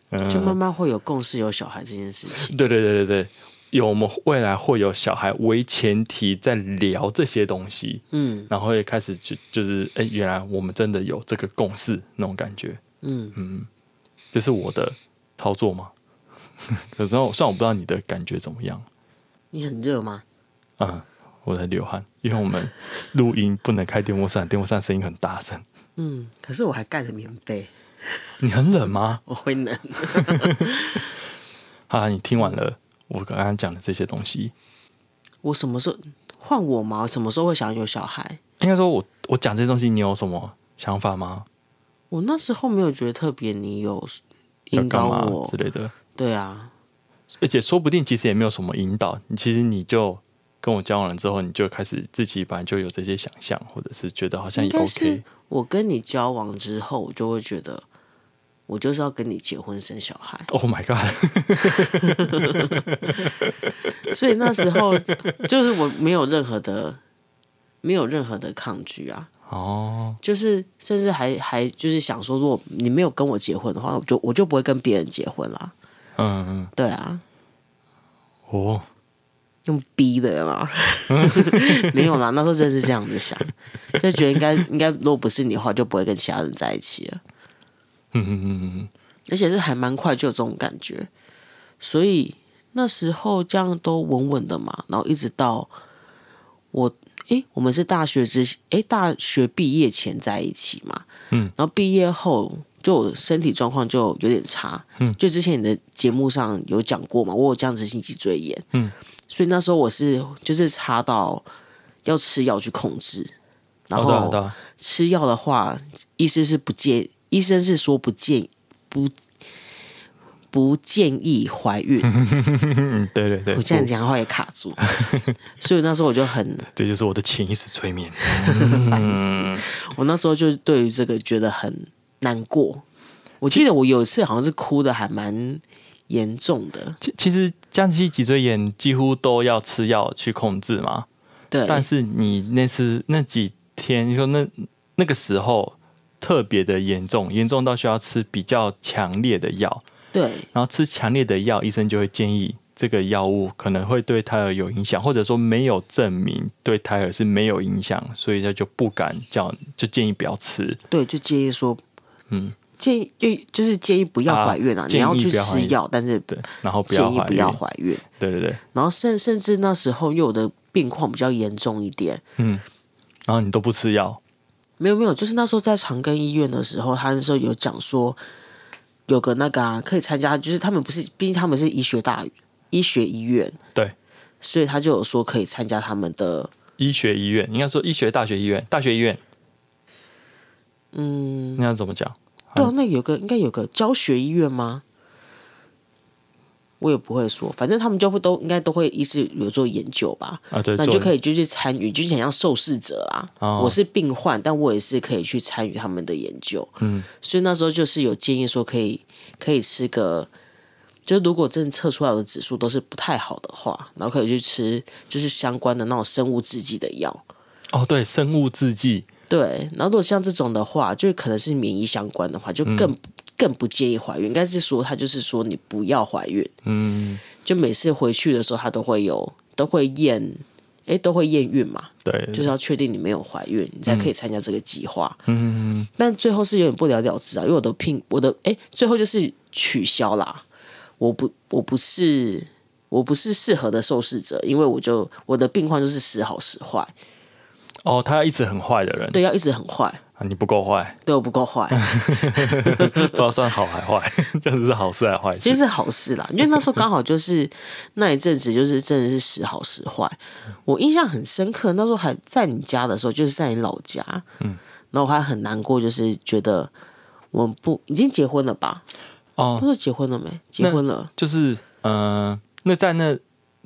B: 呃
A: 就慢慢会有共识，有小孩这件事情。
B: 对对对对对，有我们未来会有小孩为前提在聊这些东西，
A: 嗯
B: 然后也开始就就是哎、诶原来我们真的有这个共识那种感觉，
A: 嗯，
B: 这是我的操作吗？ [LAUGHS] 可是我虽然我不知道你的感觉怎么样，
A: 你很热吗？
B: 嗯，我在流汗，因为我们录音不能开电风扇，电风扇声音很大声。
A: 嗯，可是我还盖着棉被，
B: 你很冷吗？
A: 我会冷。
B: 哈、啊，你听完了我刚刚讲的这些东西，
A: 我什么时候换我吗？什么时候会想要有小孩？
B: 应该说我我讲这些东西，你有什么想法吗？
A: 我那时候没有觉得特别，你有
B: 要
A: 引
B: 干
A: 导
B: 嘛
A: 我
B: 之，类的？
A: 对啊，
B: 而且说不定其实也没有什么引导，你其实你就跟我交往了之后，你就开始自己本来就有这些想象，或者是觉得好像
A: 应
B: 也
A: 该是
B: OK，
A: 我跟你交往之后，我就会觉得我就是要跟你结婚生小孩， [LAUGHS]
B: Oh my god！
A: 所以那时候就是我没有任何的没有任何的抗拒啊，
B: 哦，
A: 就是甚至还还就是想说，如果你没有跟我结婚的话，我就我就不会跟别人结婚啦，
B: 嗯嗯，
A: 对啊，
B: 哦，
A: 用逼的嘛， [LAUGHS] 没有啦，那时候真的是这样子想，就觉得应该应该，如果不是你的话，就不会跟其他人在一起了。
B: 嗯嗯嗯嗯，
A: 而且是还蛮快就有这种感觉，所以那时候这样都稳稳的嘛，然后一直到我诶，我们是大学之诶，大学毕业前在一起嘛，
B: 嗯，
A: 然后毕业后就我身体状况就有点差，嗯，就之前你的节目上有讲过嘛，我有僵直性脊椎炎，
B: 嗯，
A: 所以那时候我是就是差到要吃药去控制，然
B: 好
A: 后、
B: 的好的，
A: 吃药的话，医生是不建，医生是说不建不不建议怀
B: [LAUGHS]
A: 孕。
B: 嗯，对对对，
A: 我这样
B: 不
A: 讲话也卡
B: [LAUGHS]
A: 住，所以那时候我就很
B: 这就是我的潜意识催眠。
A: 烦
B: 嗯
A: 死。 [LAUGHS] 我那时候就对于这个觉得很难过。我记得我有一次好像是哭的还蛮严重的，
B: 其其实降息脊椎炎几乎都要吃药去控制嘛，
A: 对，
B: 但是你那次那几天，你说那那个时候特别的严重，严重到需要吃比较强烈的药，
A: 对
B: 然后吃强烈的药，医生就会建议这个药物可能会对胎儿有影响，或者说没有证明对胎儿是没有影响，所以他就不敢叫，就建议不要吃。
A: 对，就建议说，
B: 嗯，
A: 建议就就是建议不要怀孕啊，
B: 啊
A: 你要
B: 建议
A: 去
B: 不要怀
A: 吃
B: 孕
A: 药，但是
B: 对，然后不要
A: 建议
B: 怀
A: 不
B: 孕
A: 要。怀孕。
B: 对对对，
A: 然后甚甚至那时候因为我的病况比较严重一点，
B: 嗯然后你都不吃药，
A: 没有没有，就是那时候在长庚医院的时候，他那时候有讲说有个那个、啊、可以参加，就是他们不是，毕竟他们是医学大医学医院，
B: 对，
A: 所以他就有说可以参加他们的
B: 医学医院应该说医学大学医院，大学医院，嗯，那要怎么讲？
A: 对啊，那有个应该有个教学医院吗？我也不会说，反正他们就会都应该都会医师有做研究吧，
B: 啊，对，
A: 那你就
B: 做
A: 可以就去参与，就是很像受试者啦。
B: 哦
A: 我是病患，但我也是可以去参与他们的研究。嗯，所以那时候就是有建议说可以可以吃个，就是如果真的测出来我的指数都是不太好的话，然后可以去吃就是相关的那种生物制剂的药。
B: 哦，对，生物制剂，
A: 对，然后如果像这种的话，就是可能是免疫相关的话，就
B: 嗯
A: 更、更不建议怀孕。应该是说，他就是说你不要怀孕。
B: 嗯，
A: 就每次回去的时候，他都会有都会验，诶，都会验孕嘛，
B: 对，
A: 就是要确定你没有怀孕，你才可以参加这个计划。
B: 嗯，
A: 但最后是有点不了了之啊，因为我的聘我的哎，最后就是取消啦。我不我不是我不是适合的受试者，因为我就我的病况就是时好时坏，
B: 哦，他一直很坏的人，
A: 对，要一直很坏。
B: 啊你不够坏， [LAUGHS]
A: 对我不够坏，
B: 不知道算好还坏， [LAUGHS] 这样子是好事还是坏事？
A: 其实是好事
B: [LAUGHS]
A: 啦，因为那时候刚好就是那一阵子，就是真的是时好时坏。我印象很深刻，那时候还在你家的时候，就是在你老家，嗯，然后我还很难过，就是觉得我们不已经结婚了吧？
B: 哦
A: 他，说结婚了没？结婚了，
B: 就是呃，那在那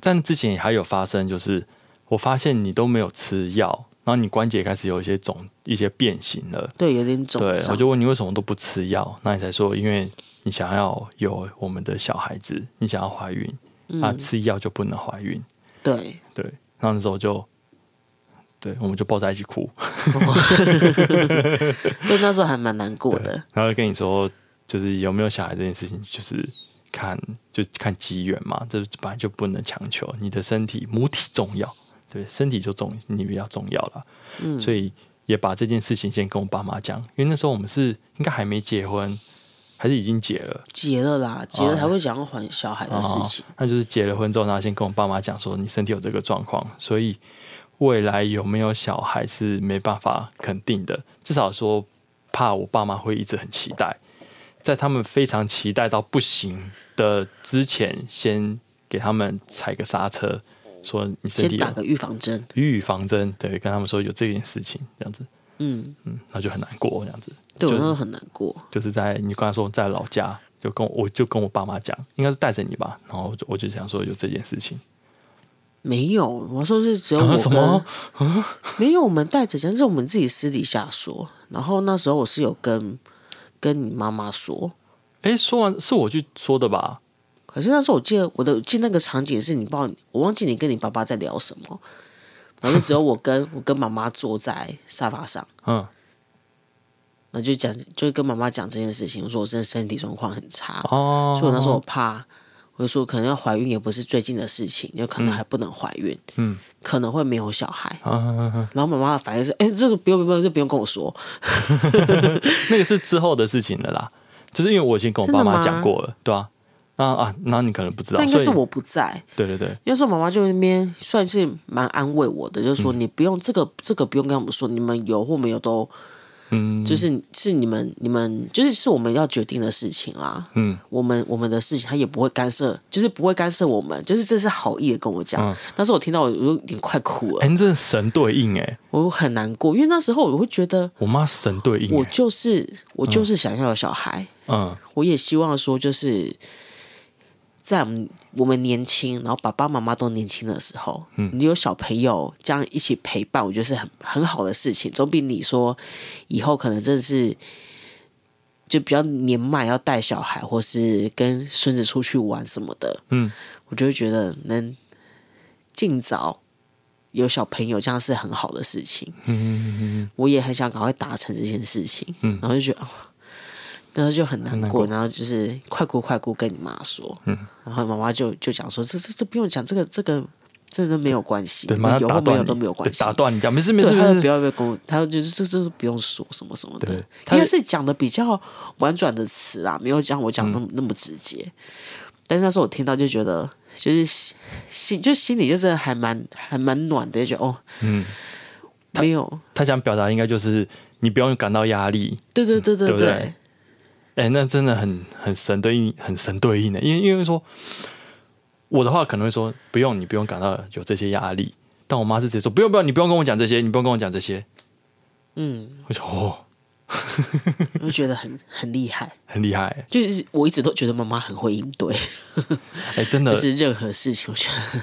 B: 在那之前还有发生，就是我发现你都没有吃药，然后你关节开始有一些肿、一些变形了。
A: 对，有点肿
B: 对，我
A: 胀，
B: 就问你为什么都不吃药，那你才说因为你想要有我们的小孩子，你想要怀孕，啊，吃药就不能怀孕。
A: 对，
B: 对，然后那时候就，对，我们就抱在一起哭，
A: 对，那时候还蛮难过
B: 对
A: 的，
B: 然后就跟你说，就是有没有小孩这件事情，就是看就看机缘嘛，这本来就不能强求。你的身体母体重要，对，身体就重你比较重要了。嗯，所以也把这件事情先跟我爸妈讲，因为那时候我们是应该还没结婚，还是已经结了。
A: 结了啦，结
B: 哦
A: 了还会讲还小孩的事情，
B: 那就是结了婚之后，然后先跟我爸妈讲说你身体有这个状况，所以未来有没有小孩是没办法肯定的。至少说，怕我爸妈会一直很期待，在他们非常期待到不行的之前，先给他们踩个刹车，说你身体
A: 先
B: 有
A: 打个预防针，
B: 预防针，对，跟他们说有这件事情，这样子，
A: 嗯，
B: 嗯，那就很难过，这样子。
A: 对我
B: 就
A: 那时候很难过，
B: 就是在你刚才说在老家，就跟我我就跟我爸妈讲，应该是带着你吧，然后我就我就想说有这件事情。
A: 没有，我说是只有
B: 然后
A: 我
B: [LAUGHS] 什
A: 跟
B: 么？
A: 没有，我们带着讲，是我们自己私底下说。然后那时候我是有跟跟你妈妈说，
B: 哎，说完是我去说的吧？
A: 可是那时候我记得我的记得那个场景是你不知道，我忘记你跟你爸爸在聊什
B: [LAUGHS]
A: 么，然后就只有我跟我跟妈妈坐在沙发上，
B: 嗯，
A: 然后就讲就跟妈妈讲这件事情，我说我真的身体状况很差，
B: 哦，
A: 所以我那时候我怕，我就说可能要怀孕也不是最近的事情，有可能还不能怀孕，
B: 嗯，
A: 可能会没有小孩。
B: 啊啊啊啊
A: 然后妈妈的反应是，哎、这个不用不用，就不用跟我说，
B: 那个是之后的事情了啦，就是因为我已经跟我爸
A: 真的
B: 妈
A: 吗
B: 讲过了，对啊，那啊，那你可能不知道，
A: 那应该是
B: 所以
A: 我不在，
B: 对对对，
A: 那时候妈妈就在那边算是蛮安慰我的，就说你不用这个这个不用跟我们说，你们有或没有都
B: 嗯
A: 就是是你们你们就是是我们要决定的事情啦。
B: 嗯，
A: 我们我们的事情他也不会干涉，就是不会干涉我们，就是这是好意的跟我讲。
B: 嗯
A: 但是我听到我我有点快哭了
B: 哎，，你真的神对应哎，
A: 我很难过，因为那时候我会觉得
B: 我妈神对应
A: 我
B: 欸，
A: 就是我就是想要有小孩，
B: 嗯
A: 我也希望说就是在我们我们年轻，然后爸爸妈妈都年轻的时候，你有小朋友这样一起陪伴，我觉得是很很好的事情，总比你说以后可能真的是就比较年迈要带小孩，或是跟孙子出去玩什么的，
B: 嗯，
A: 我就会觉得能尽早。有小朋友，这样是很好的事情。嗯我也很想赶快达成这件事情。嗯，然后就觉得然后就很难过，然后就是快哭快哭跟你妈说，
B: 嗯
A: 然后妈妈就就讲说这这这不用讲，这个这个真的没有关系，
B: 对，
A: 你
B: 妈
A: 们
B: 妈
A: 有
B: 打
A: 或没
B: 断
A: 有
B: 你，
A: 都没有关
B: 对
A: 系。
B: 打断你讲，没事没
A: 对，
B: 事
A: 他就
B: 没
A: 不
B: 事，
A: 要被公，他就就是这这都不用说什么什么的
B: 对，他
A: 应该是讲的比较婉转的词啊，没有讲我讲
B: 嗯
A: 那么、那么直接。但是那时候我听到就觉得，就是心心就心里就是还蛮还蛮暖的，就觉得哦，
B: 嗯，
A: 没有，
B: 他想表达应该就是你不用感到压力，
A: 对对对对
B: 对不对哎、那真的很很神对应，很神对应的，因为因为说我的话可能会说不用，你不用感到有这些压力，但我妈是直接说不用不用，你不用跟我讲这些，你不用跟我讲这些，
A: 嗯，
B: 我就哦，
A: 我就觉得很很厉害。
B: 很厉害，
A: 就是我一直都觉得妈妈很会应对，
B: 哎、真的，
A: 就是任何事情，我觉得很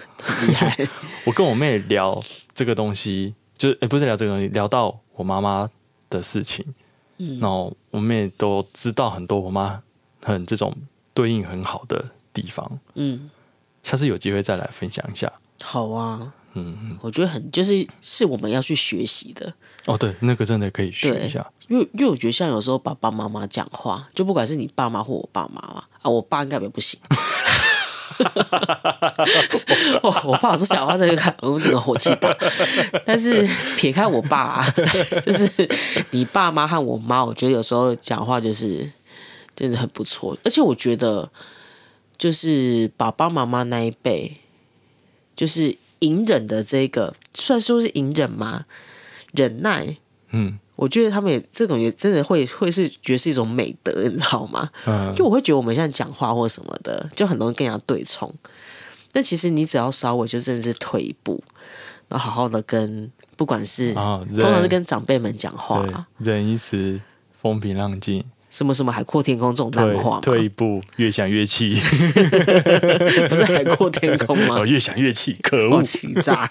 A: 厉害。
B: [LAUGHS] 我跟我妹聊这个东西，就是哎、不是聊这个东西，聊到我妈妈的事情，
A: 嗯
B: 然后我妹都知道很多我妈很这种对应很好的地方，
A: 嗯，
B: 下次有机会再来分享一下，
A: 好啊，
B: 嗯，
A: 我觉得很就是是我们要去学习的，
B: 哦对，那个真的可以学
A: 对
B: 一下。
A: 因为因为我觉得像有时候爸爸妈妈讲话，就不管是你爸妈或我爸妈嘛，啊，我爸应该也不行。 [LAUGHS] 我我爸说讲话这个看，我整个火气大。但是撇开我爸、啊，就是你爸妈和我妈，我觉得有时候讲话就是真的很不错。而且我觉得，就是爸爸妈妈那一辈，就是隐忍的这个，算说是隐忍吗？忍耐，
B: 嗯，
A: 我觉得他们也这种也真的会会是觉得是一种美德，你知道吗？
B: 嗯
A: 就我会觉得我们现在讲话或什么的，就很容易跟人家对冲。但其实你只要稍微就真的是退一步，然后好好的跟不管是、
B: 啊，
A: 通常是
B: 人
A: 跟长辈们讲话
B: 对，忍一时风平浪
A: [LAUGHS]
B: 静，
A: 什么什么海阔天空这种烂话
B: 退
A: 嘛，
B: 退一步，越想
A: [LAUGHS]
B: 越气，
A: 不是海阔天空吗
B: [LAUGHS] 哦，？越想越气，可恶
A: 好！欺诈。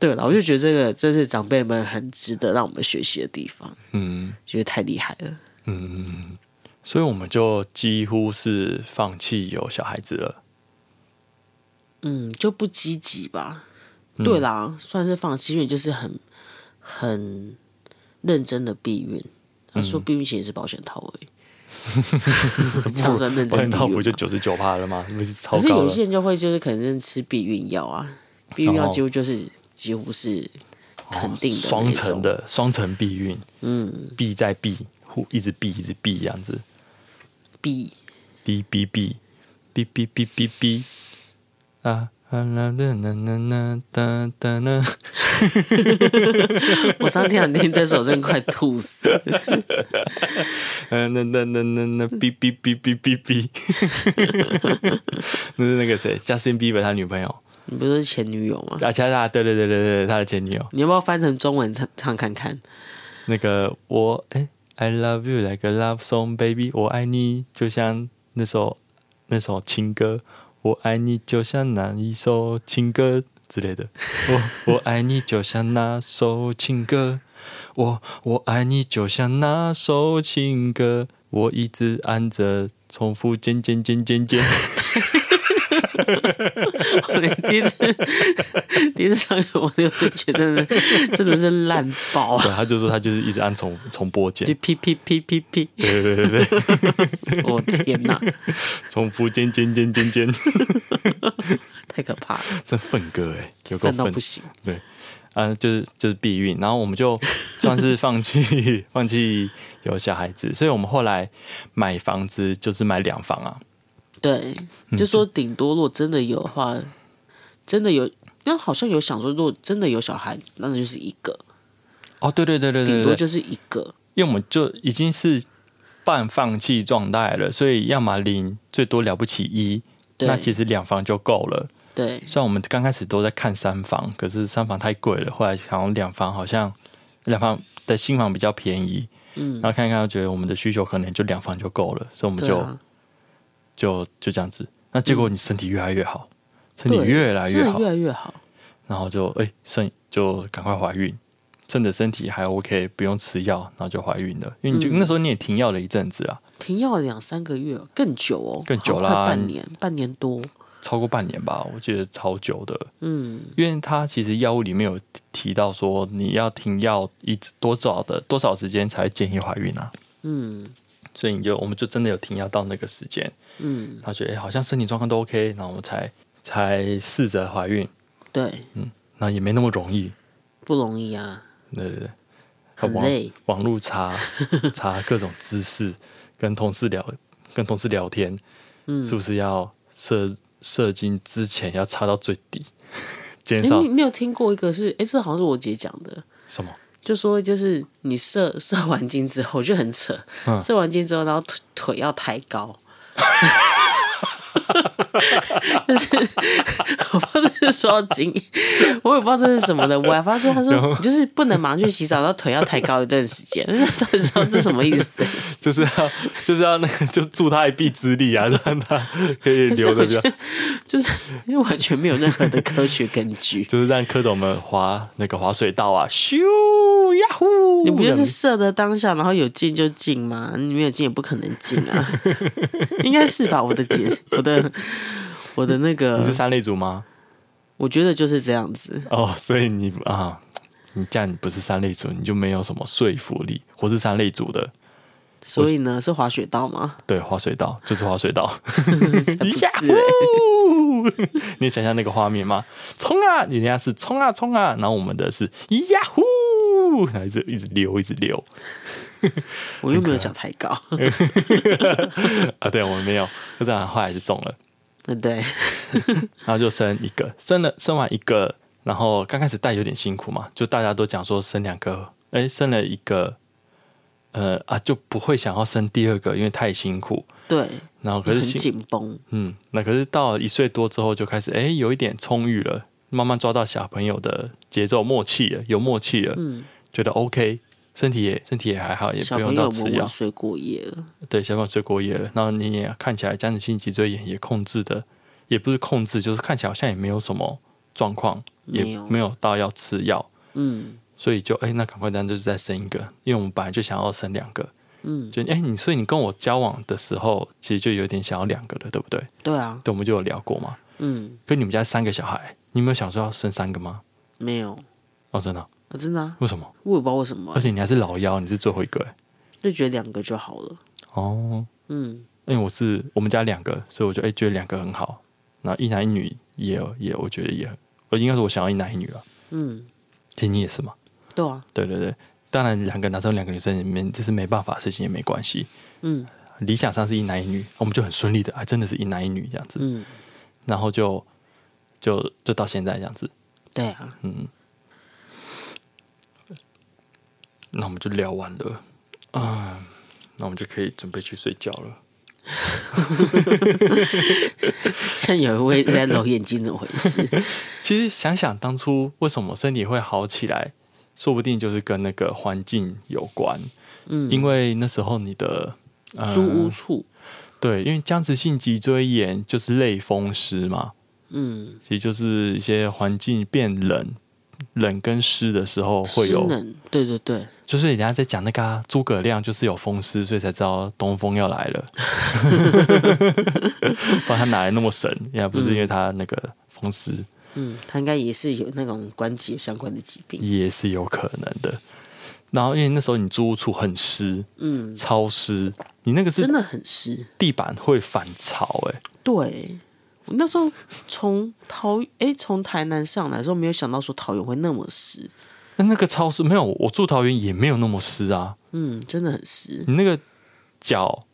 A: 对了，我就觉得这个这是长辈们很值得让我们学习的地方，
B: 嗯
A: 觉得太厉害了。
B: 嗯，所以我们就几乎是放弃有小孩子了。
A: 嗯，就不积极吧。
B: 嗯
A: 对啦，算是放弃，因为就是很很认真的避孕。他、说
B: 嗯
A: 避孕险也是保险套而已， [LAUGHS] [LAUGHS] 这样算认
B: 保
A: 真
B: 险
A: 避
B: 套
A: 孕
B: 不
A: 吗
B: 就九十九趴了吗？不是超
A: 可是
B: 高
A: 有一
B: 了
A: 些？人就会就是可能吃避孕药啊，避孕药
B: 然后哦
A: 几乎就是几乎是肯定的
B: 双
A: 那
B: 层
A: 种，
B: 的双层避孕，
A: 嗯，
B: 避在避，互一直避一直避这样子，
A: 避
B: 避避避避避避避避啊啊啦啦啦啦啦哒哒啦！
A: 我上天两天这首真的快吐死了。 [LAUGHS]
B: 啊啦啦啦啦啦！哔哔哔哔哔哔， [LAUGHS] 那是那个谁，Justin Bieber 他女朋友，
A: 你不是前女友吗？
B: 啊，其他他对对对对对，他的前女友，
A: 你要不要翻成中文唱唱看看？
B: 那个我哎、i love you like a love song baby，我爱你就像那首那首情歌，我爱你就像那一首情歌之类的，我我爱你就像那首情歌，我我爱你就像那首情歌，我一直按着重复键键键键键，
A: 我第一次第一次唱给我那个，觉得真的是烂爆啊！
B: 对，他就说他就是一直按重重播键
A: 就，屁屁屁屁屁，
B: 对对对对。
A: 我天哪，
B: 重复尖尖尖尖尖，
A: 太可怕了，
B: 这粪歌哎，
A: [LAUGHS]
B: 有够
A: 笨到
B: 粪
A: 不，行。
B: 对，啊，就是就是避孕，然后我们就算是放弃 [LAUGHS] 放弃有小孩子，所以我们后来买房子就是买两房啊，
A: 对，
B: 嗯
A: 就说顶多如果真的有的话，真的有，但好像有想说，如果真的有小孩，那就是一个，
B: 哦，对对对对
A: 顶
B: 对
A: 多
B: 对，
A: 就是一个。
B: 因为我们就已经是半放弃状态了，所以要么零，最多了不起一，
A: 对
B: 那其实两房就够了。
A: 对，
B: 虽然我们刚开始都在看三房，可是三房太贵了，后来想要两房好像两房的新房比较便宜，
A: 嗯
B: 然后看一看，觉得我们的需求可能就两房就够了，所以我们
A: 对
B: 就、
A: 啊，
B: 就就这样子。那结果你身体越来越好，身体
A: 嗯对
B: 越来越
A: 啊真
B: 好
A: 的，越来越好。
B: 然后就哎、身就赶快怀孕，趁着身体还 OK，不用吃药，然后就怀孕了。因为你就、
A: 嗯
B: 那时候你也停药了一阵子啊，
A: 停药两三个月，更久哦，
B: 更久
A: 好
B: 啦
A: 快半年，半年多。
B: 超过半年吧，我记得超久的。
A: 嗯，
B: 因为它其实药物里面有提到说，你要停药一直多少的多少时间才会建议怀孕啊，
A: 嗯
B: 所以你就我们就真的有停药到那个时间，
A: 嗯，
B: 他觉得、诶好像身体状况都 OK，然后我们才才试着怀孕，
A: 对，
B: 然后也没那么容易，
A: 不容易啊，
B: 对对对，
A: 很
B: 网
A: 累。
B: 网
A: [LAUGHS]
B: 络查查各种知识，跟同事聊跟同事聊天，
A: 嗯
B: 是不是要射射精之前要查到最
A: [LAUGHS]
B: 底，减
A: 诶
B: 少
A: 你你有听过一个是？哎、这好像是我姐讲的，
B: 什么？
A: 就说就是你射 [LAUGHS] 射完精之后就很扯，
B: 嗯
A: 射完精之后，然后腿腿要抬高。 [LAUGHS] 就是 [LAUGHS] 我不知道这是说到精，我也不知道这是什么的。我还发现他说就是不能马上去洗澡，然后腿要抬高一段时间。 [LAUGHS] 到底知道这什么意思？ [LAUGHS]
B: 就是要就是要那个就助他一臂之力
A: [LAUGHS]
B: 啊，让他可以留的比较，。
A: 就是因为完全没有任何的科学根据
B: 就是让蝌蚪们滑那个滑水道啊，咻呀呼！
A: 你不就是射的当下，然后有进就进吗？你没有进也不可能进啊， [LAUGHS] 应该是吧？我的解，我的 [LAUGHS] 我的那
B: 你是
A: 个，
B: 三类族吗？
A: 我觉得就是这样子。
B: 哦，所以你啊，你这样你不是三类族，你就没有什么说服力。我是三类族的，
A: 所以呢，是滑雪道吗？
B: 对，滑水道就是滑水道。
A: [LAUGHS] 才不
B: 呀
A: 是、欸，
B: 呼！你想象那个画面吗？冲啊！人家是冲啊冲啊，然后我们的是呀呼，然后一直一直溜一直溜。
A: 我又没有脚太高。 [LAUGHS]
B: 啊，对，我们没有，就这样，后来是中了，
A: 对，
B: 然后就生一个，生了生完一个，然后刚开始带有点辛苦嘛，就大家都讲说生两个哎生了一个，呃啊就不会想要生第二个，因为太辛苦。
A: 对，
B: 然后可
A: 很
B: 是辛
A: 紧绷，
B: 嗯，那可是到了一岁多之后就开始，哎、有一点充裕了，慢慢抓到小朋友的节奏默契了，有默契了，
A: 嗯，
B: 觉得 OK，身体也身体也还好，也
A: 小
B: 不
A: 朋
B: 用
A: 友
B: 到
A: 我
B: 吃
A: 晚
B: 药。
A: 睡过夜了，
B: 对，小朋友睡过夜了，然后你也看起来这样子性脊椎炎也控制的，也不是控制，就是看起来好像也没有什么状况，也
A: 没有
B: 没有到要吃药，
A: 嗯
B: 所以就哎、那赶快咱就是再生一个，因为我们本来就想要生两个，
A: 嗯，
B: 就哎、你所以你跟我交往的时候，其实就有点想要两个了，对不对？
A: 对啊，
B: 对，我们就有聊过嘛。
A: 嗯，
B: 可你们家三个小孩，你有没有想说要生三个吗？
A: 没有，
B: 哦，真的哦、
A: 啊、真的、啊，
B: 为什么？
A: 我也不知道为什么
B: 而，且你还是老幺，你是最后一个哎。
A: 就觉得两个就好了，
B: 哦，
A: 嗯，
B: 因为我是我们家两个，所以我就哎、觉得两个很好。然后一男一女也有也我觉得也，我应该说我想要一男一女啊。
A: 嗯，
B: 其实你也是嘛，
A: 对啊，
B: 对对对。当然，两个男生两个女生里面这是没办法的事情，也没关系。
A: 嗯
B: 理想上是一男一女，我们就很顺利的，哎还真的是一男一女这样子。
A: 嗯，
B: 然后就就就到现在这样子，
A: 对啊， [LAUGHS]
B: 嗯，那我们就聊完了，啊，那我们就可以准备去睡觉了。
A: 像有一位在揉眼睛，怎么回事？
B: 其实想想当初为什么身体会好起来，说不定就是跟那个环境有关，
A: 嗯，
B: 因为那时候你的、呃
A: 租屋处，
B: 对，因为僵直性脊椎炎就是类风湿嘛，
A: 嗯，
B: 其实就是一些环境变冷。冷跟湿的时候会
A: 湿
B: 有，
A: 冷，对对对，
B: 就是人家在讲那个啊诸、葛亮，就是有风湿，所以才知道东风要来了。 [LAUGHS] 不然他哪来那么神？也不是因为他那个风湿，
A: 嗯，他应该也是有那种关节相关的疾病，
B: 也是有可能的。然后因为那时候你租屋处很湿，
A: 嗯，
B: 超湿，你那个
A: 真
B: 是
A: 的很湿，
B: 地板会反潮、欸，
A: 对。我那时候从桃哎从台南上来的时候，没有想到说桃园会那么湿，
B: 那那个超湿没有，我住桃园也没有那么湿啊。
A: 嗯，真的很湿，
B: 你那个脚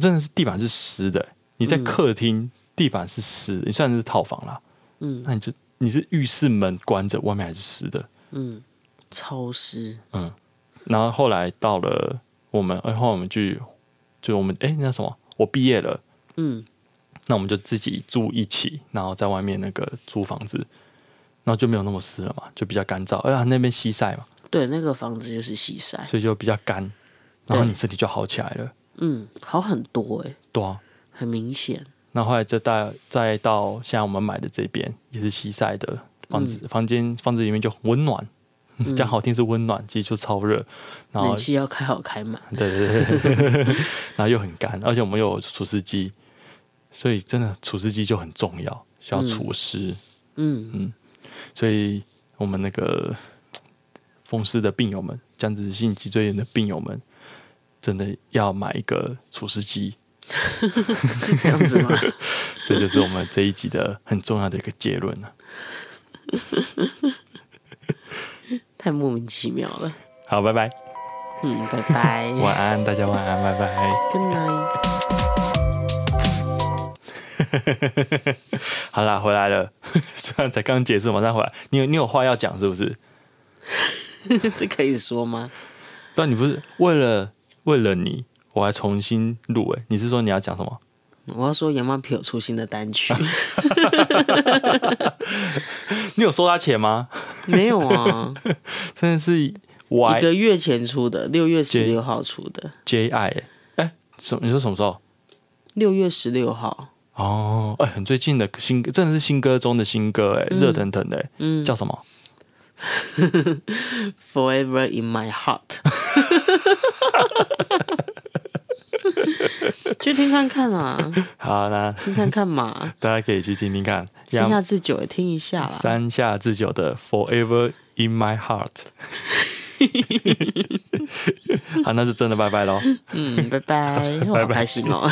B: 真的是地板是湿的欸、你在客厅地板是湿的，你虽然是套房啦，
A: 嗯
B: 那你就你是浴室门关着，外面还是湿的，
A: 嗯，超湿，
B: 嗯。然后后来到了我们，哎后来我们去，就我们哎那什么，我毕业了，
A: 嗯
B: 那我们就自己住一起，然后在外面那个租房子，然后就没有那么湿了嘛，就比较干燥，哎呀那边西晒嘛，
A: 对，那个房子就是西晒，
B: 所以就比较干，然后你身体就好起来了，
A: 嗯，好很多哎、
B: 对啊。
A: 很明显，
B: 那后来再到再到现在我们买的这边也是西晒的房子，房间房子里面就很温暖，讲好听是温暖，其实就超热，然后
A: 冷气要开好开满，
B: 对对对对，然后又很干，而且我们又有除湿机，所以真的除湿机就很重要，需要除湿，
A: 嗯
B: 所以我们那个风湿的病友们、僵直性脊椎炎的病友们，真的要买一个除湿机，
A: 是这样子吗？ [LAUGHS]
B: 这就是我们这一集的很重要的一个结论了。
A: 太莫名其妙了，
B: 好，拜拜，
A: 嗯，拜拜
B: 晚安，大家晚安，拜拜。
A: ，Good night。
B: 好啦，回来了， [LAUGHS] 虽然才刚结束，马上回来。你有你有话要讲是不是？
A: 这可以说吗？
B: 但你不是为了为了你，我还重新录欸诶、你是说你要讲什么？
A: 我要说杨妈皮有出新的单曲， [LAUGHS]
B: 你有收他钱吗？
A: 没有啊，
B: 真的是
A: 一
B: Y
A: 个月前出的，六月十六号出的，
B: J I 诶、哎什么你说什么时候？
A: 六月十六号，
B: 哦，哎、很最近的新歌，真的是新歌中的新歌诶、热腾腾的、诶
A: 嗯
B: 叫什么？
A: ，Forever in my heart，去听看看啊，
B: 好，那
A: 听看看
B: [LAUGHS]
A: 嘛，
B: 大家可以去听听看，
A: 剩下自久也听一下啦。
B: 山下智久的《Forever in My Heart》。好，那就真的拜拜喽。
A: 嗯，拜拜，我好开心哦。